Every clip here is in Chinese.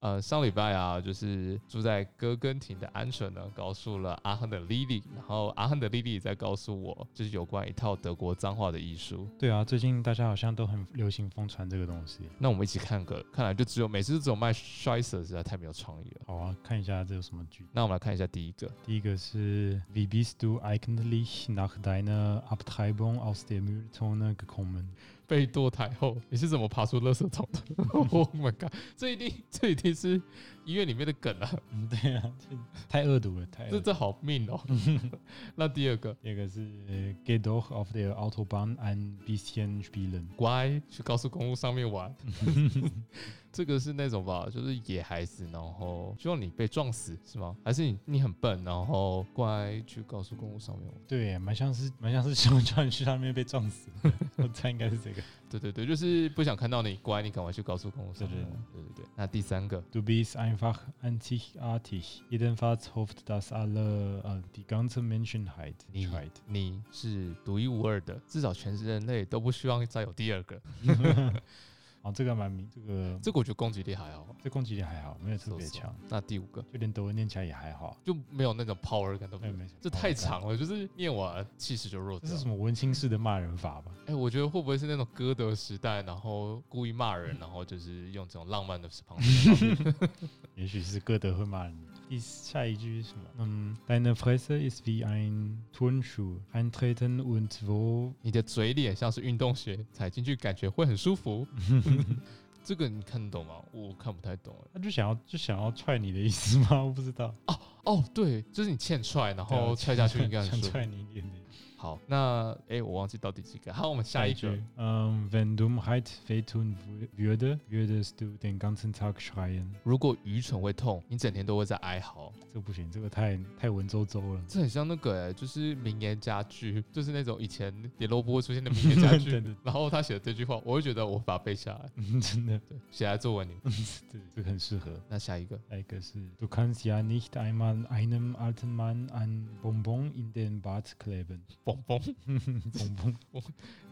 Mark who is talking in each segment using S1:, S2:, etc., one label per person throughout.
S1: 呃，上礼拜啊，就是住在哥根廷的安纯呢，告诉了阿亨的 Lily，然后阿亨的 Lily 在告诉我，就是有关一套德国脏话的艺术。
S2: 对啊，最近大家好像都很流行疯传这个东西。
S1: 那我们一起看个，看来就只有每次都只有卖 s h i s e r 实在太没有创意了。
S2: 好啊，看一下这有什么剧。
S1: 那我们来看一下第一个，
S2: 第一个是 Wie bist du eigentlich nach deiner Abtreibung aus der Mülltonne gekommen？
S1: 被堕胎后你是怎么爬出垃圾桶的 ？Oh my god，这一定这一定是医院里面的梗啊！
S2: 嗯， 对啊，这太恶毒了，太恶毒
S1: 这
S2: 了。
S1: 这好命哦。 那第二个，
S2: 第二个是 Get doch auf der Autobahn ein bisschen spielen。
S1: 乖，去高速公路上面玩。 这个是那种吧，就是野孩子，然后希望你被撞死是吗？还是你你很笨，然后乖去高速公路上面玩？
S2: 对，蛮像是蛮像是熊川去上面被撞死的， 我猜应该是这个。
S1: 对对对，就是不想看到你乖，你赶快去高速公路上面玩。对
S2: 对
S1: 对对。那第三个，
S2: Du bist einfach einzigartig. Jedenfalls hofft das alle, äh, die ganze Menschheit.
S1: 你
S2: Menschheit.
S1: 你是独一无二的，至少全人类都不希望再有第二个。
S2: 哦，这个蛮明，这个
S1: 这个我觉得攻击力还好，啊
S2: 这攻击力还好，没有特别
S1: 搜索
S2: 强，。
S1: 那第五个
S2: 就连德文念起来也还好。
S1: 就没有那种 power 感，都没
S2: 哎，
S1: 有。
S2: 没
S1: 这太，长了，就是念完气势就弱
S2: 这
S1: 掉
S2: 是。什么文青式的骂人法吧？
S1: 哎、我觉得会不会是那种歌德时代，然后故意骂人，然后就是用这种浪漫的方式？
S2: 也许是歌德会骂人。第下一句是什么？嗯，Deine Fresse ist wie ein Turnschuh, eintreten und wo
S1: 你的嘴脸像是运动鞋，踩进去感觉会很舒服。 这个你看得懂吗？我看不太懂哎。
S2: 他就想要就想要踹你的意思吗？我不知道。
S1: 哦，对，就是你欠踹，然
S2: 对
S1: 后
S2: 啊
S1: 哦踹下去应该
S2: 想
S1: 很舒服。
S2: 踹你一点点。
S1: 好，那哎、我忘记到第几个。好，我们下一个。
S2: 嗯，Wenn Dummheit wehtun wü- würde, würdest du den ganzen Tag schreien。
S1: 如果愚蠢会痛，你整天都会在哀嚎。
S2: 这不行，这个太太文绉绉了。
S1: 这很像那个哎、就是名言佳句，就是那种以前联络部会出现的名言佳
S2: 对
S1: 句
S2: 对对。
S1: 然后他写的这句话，我会觉得我把它背下来，
S2: 嗯，真的，
S1: 对，写在作文里面。
S2: 对，这个很适合。
S1: 那下一个，
S2: 下一个是，Du kannst ja nicht einmal einem alten Mann ein Bonbon in den Bart kleben。
S1: 蹦蹦，
S2: Bonbon，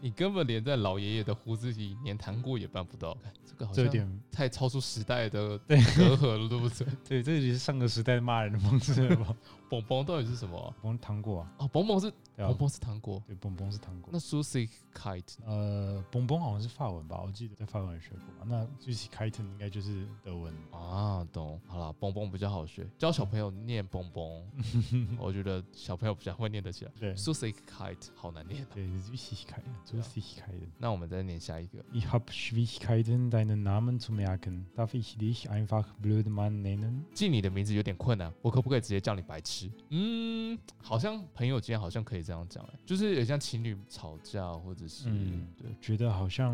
S1: 你根本连在老爷爷的胡子里粘糖果也办不到，看这个好
S2: 这有
S1: 像
S2: 点
S1: 太超出时代的
S2: 对
S1: 隔阂了，对不对？
S2: 对，这也是上个时代骂人的方式了吧？
S1: 蹦蹦到底是什么啊？
S2: bonbon 糖果啊，
S1: 哦，蹦蹦是
S2: 对
S1: 蹦
S2: 啊，
S1: 蹦是糖果，
S2: 对，bonbon 是糖果
S1: 那。Susie Kite
S2: 呃，bonbon 好像是法文吧？我记得在法文有学过。那就是 kiten 应该就是德文。
S1: 啊，懂？好啦，蹦蹦比较好学，教小朋友念蹦蹦， 我觉得小朋友比较会念得起来。
S2: 对，
S1: Susie Kite 好难念啊。
S2: 对，Süßigkeiten,
S1: Ja.
S2: Süßigkeiten.
S1: 那我们再念下一个，
S2: Ich habe Schwierigkeiten, deinen Namen zu merken. Darf ich dich einfach Blödmann nennen?
S1: 记你的名字有点困难，我可不可以直接叫你白痴？嗯，好像朋友间好像可以这样讲、欸，就是有像情侣吵架或者是、
S2: 嗯
S1: 对
S2: 觉得好像，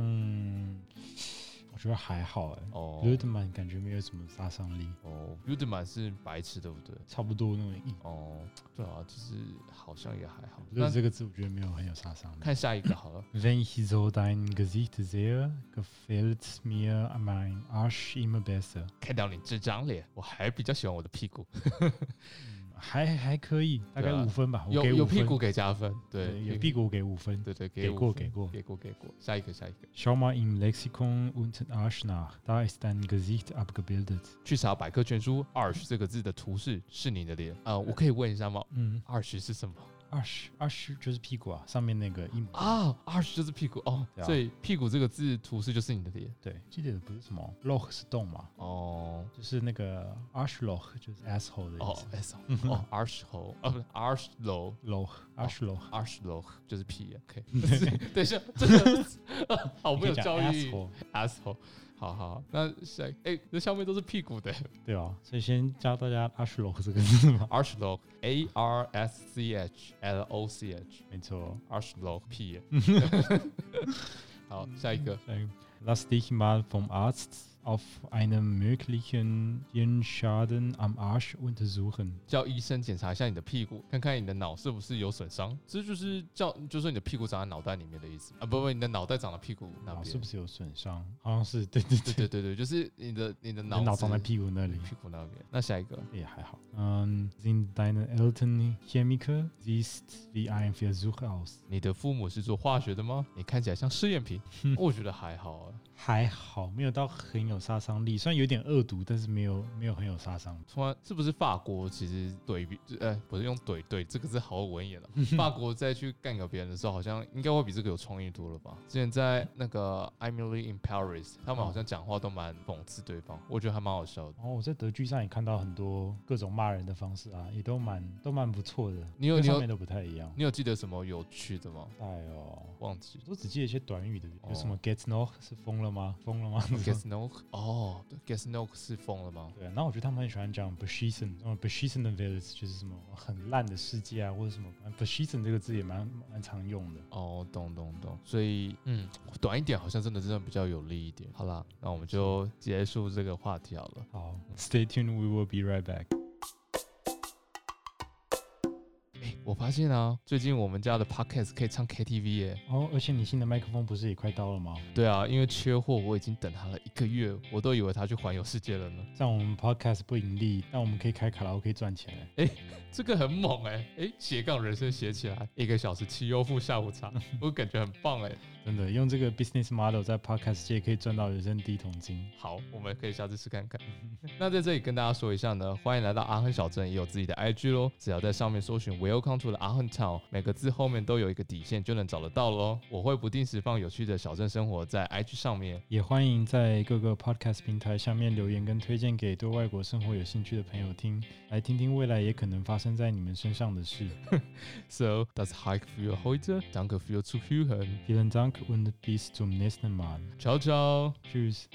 S2: 我觉得还好哎、
S1: 哦
S2: Blödmann 感觉没有什么杀伤力，
S1: 哦 b u d e m a n 是白痴对不对？
S2: 差不多那种意。
S1: 哦，对啊，就是好像也还好。
S2: 就是
S1: 那
S2: 这个字，我觉得没有很有杀伤力。
S1: 看下一个好了，
S2: Wenn ich so dein Gesicht sehe, gefällt mir mein Arsch immer besser.
S1: 看到你这张脸，我还比较喜欢我的屁股，
S2: 还还可以，大概
S1: 对啊
S2: 五分吧。我
S1: 有
S2: 哦给
S1: 有
S2: 五分
S1: 屁股，给加分，对，
S2: 对，有屁
S1: 股，
S2: 股给五分。
S1: 对对，
S2: 给
S1: 五
S2: 过
S1: 分
S2: 给过
S1: 给过给过。下一个下一个，
S2: Schau mal im Lexikon unten Arsch nach. Da ist dein Gesicht abgebildet.
S1: 去查百科全书，arch 这个字的图示是你的脸啊、呃我可以问一下吗
S2: 嗯，
S1: ？arch 是什么？
S2: 二十二十就是屁股啊，上面那个一模。
S1: 啊，arch 就是屁股哦，
S2: 对啊
S1: 所以屁股这个字图示就是你的脸
S2: 对，记得不是什么 loch 是洞嘛，
S1: 哦
S2: 就是那个 arsh loch 就是 asshole 的意
S1: 哦
S2: 思。
S1: ，s 哦，arch 头哦，不是 arch 楼
S2: loch arsh loch，
S1: ，arch 楼就是屁眼，OK，等一 下，这个 好
S2: 嗯
S1: 没
S2: 你可
S1: 有
S2: 以讲
S1: 教育
S2: asshole，
S1: ，asshole，好好，那下一哎，这下面都是屁股的
S2: 对啊，所以先教大家 arsh loch 这个字嘛。
S1: ，arch 楼，a r s c h l o c h，arch
S2: 没错。
S1: 楼屁 眼， 好，下一个。
S2: Sagen, Lass dich mal vom Arzt auf einen möglichen Hirnschaden am Arsch untersuchen.
S1: 叫医生检查一下你的屁股，看看你的脑是不是有损伤。这就是叫，就是说你的屁股长在脑袋里面的意思啊，不不，你的脑袋长在屁股那边。
S2: 脑哦是不是有损伤？好像是，对对
S1: 对
S2: 对，
S1: 对对对，就是你的你的
S2: 你
S1: 脑
S2: 的脑
S1: 子
S2: 长在屁股那里。
S1: 屁股那边。那下一个，
S2: 也还好。嗯，sind deine Eltern Chemiker? Siehst wie ein Versuch aus.
S1: 你的父母是做化学的吗？你看起来像试验品，我觉得还好啊。
S2: 还好，没有到很有杀伤力，虽然有点恶毒，但是没有没有很有杀伤力。
S1: 突然是不是法国其实怼比，呃、不是用怼怼这个字好文 言了、法国在去干掉别人的时候，好像应该会比这个有创意多了吧？之前在那个《Emily in Paris》，他
S2: 哦
S1: 们好像讲话都蛮讽刺对方，我觉得还蛮好笑的。
S2: 然后我在德剧上也看到很多各种骂人的方式啊，也都蛮都蛮不错的，
S1: 你有
S2: 跟
S1: 你有
S2: 上面都不太一样。
S1: 你有记得什么有趣的吗？
S2: 哎呦，
S1: 忘 记了。
S2: 我都只记得一些短语的，有什
S1: 哦
S2: 么 get no 是疯了吗？疯了吗？
S1: Guess no，哦，Guess no 是疯了吗？
S2: 对，然后我觉得他们很喜欢讲 b e s h i s e n 嗯 b e s h i s e n 的 village 就是什么很烂的世界啊，或者什么 b e s h i s e n 这个字也蛮蛮常用的。
S1: 哦，懂懂懂，所以嗯，短一点好像真的真的比较有利一点。好啦，那我们就结束这个话题好了。
S2: 好，Stay tuned，we will be right back。
S1: 我发现啊，最近我们家的 podcast 可以唱 KTV 耶、
S2: 哦，而且你新的麦克风不是也快到了吗？
S1: 对啊，因为缺货，我已经等它了一个月，我都以为它去环游世界了呢。
S2: 这样我们 podcast 不盈利，但我们可以开卡拉 OK 赚钱、欸。
S1: 这个很猛哎、哎、斜杠人生写起来，一个小时七优富下午茶，我感觉很棒哎、
S2: 真的，用这个 business model 在 podcast 界可以赚到人生第一桶金。
S1: 好，我们可以下次试看看。那在这里跟大家说一下呢，欢迎来到阿亨小镇，也有自己的 IG 咯，只要在上面搜寻 Welcome to 的阿亨 Town，每个字后面都有一个底线，就能找得到咯。我会不定时放有趣的小镇生活在 IG 上面。
S2: 也欢迎在各个 podcast 平台下面留言跟推荐给对外国生活有兴趣的朋友听，来听听未来也可能发生在你们身上的事。
S1: So that's hike for your heute, danke für zuhören,
S2: Vielen Dank und bis zum nächsten Mal.
S1: ciao ciao.
S2: Tschüss.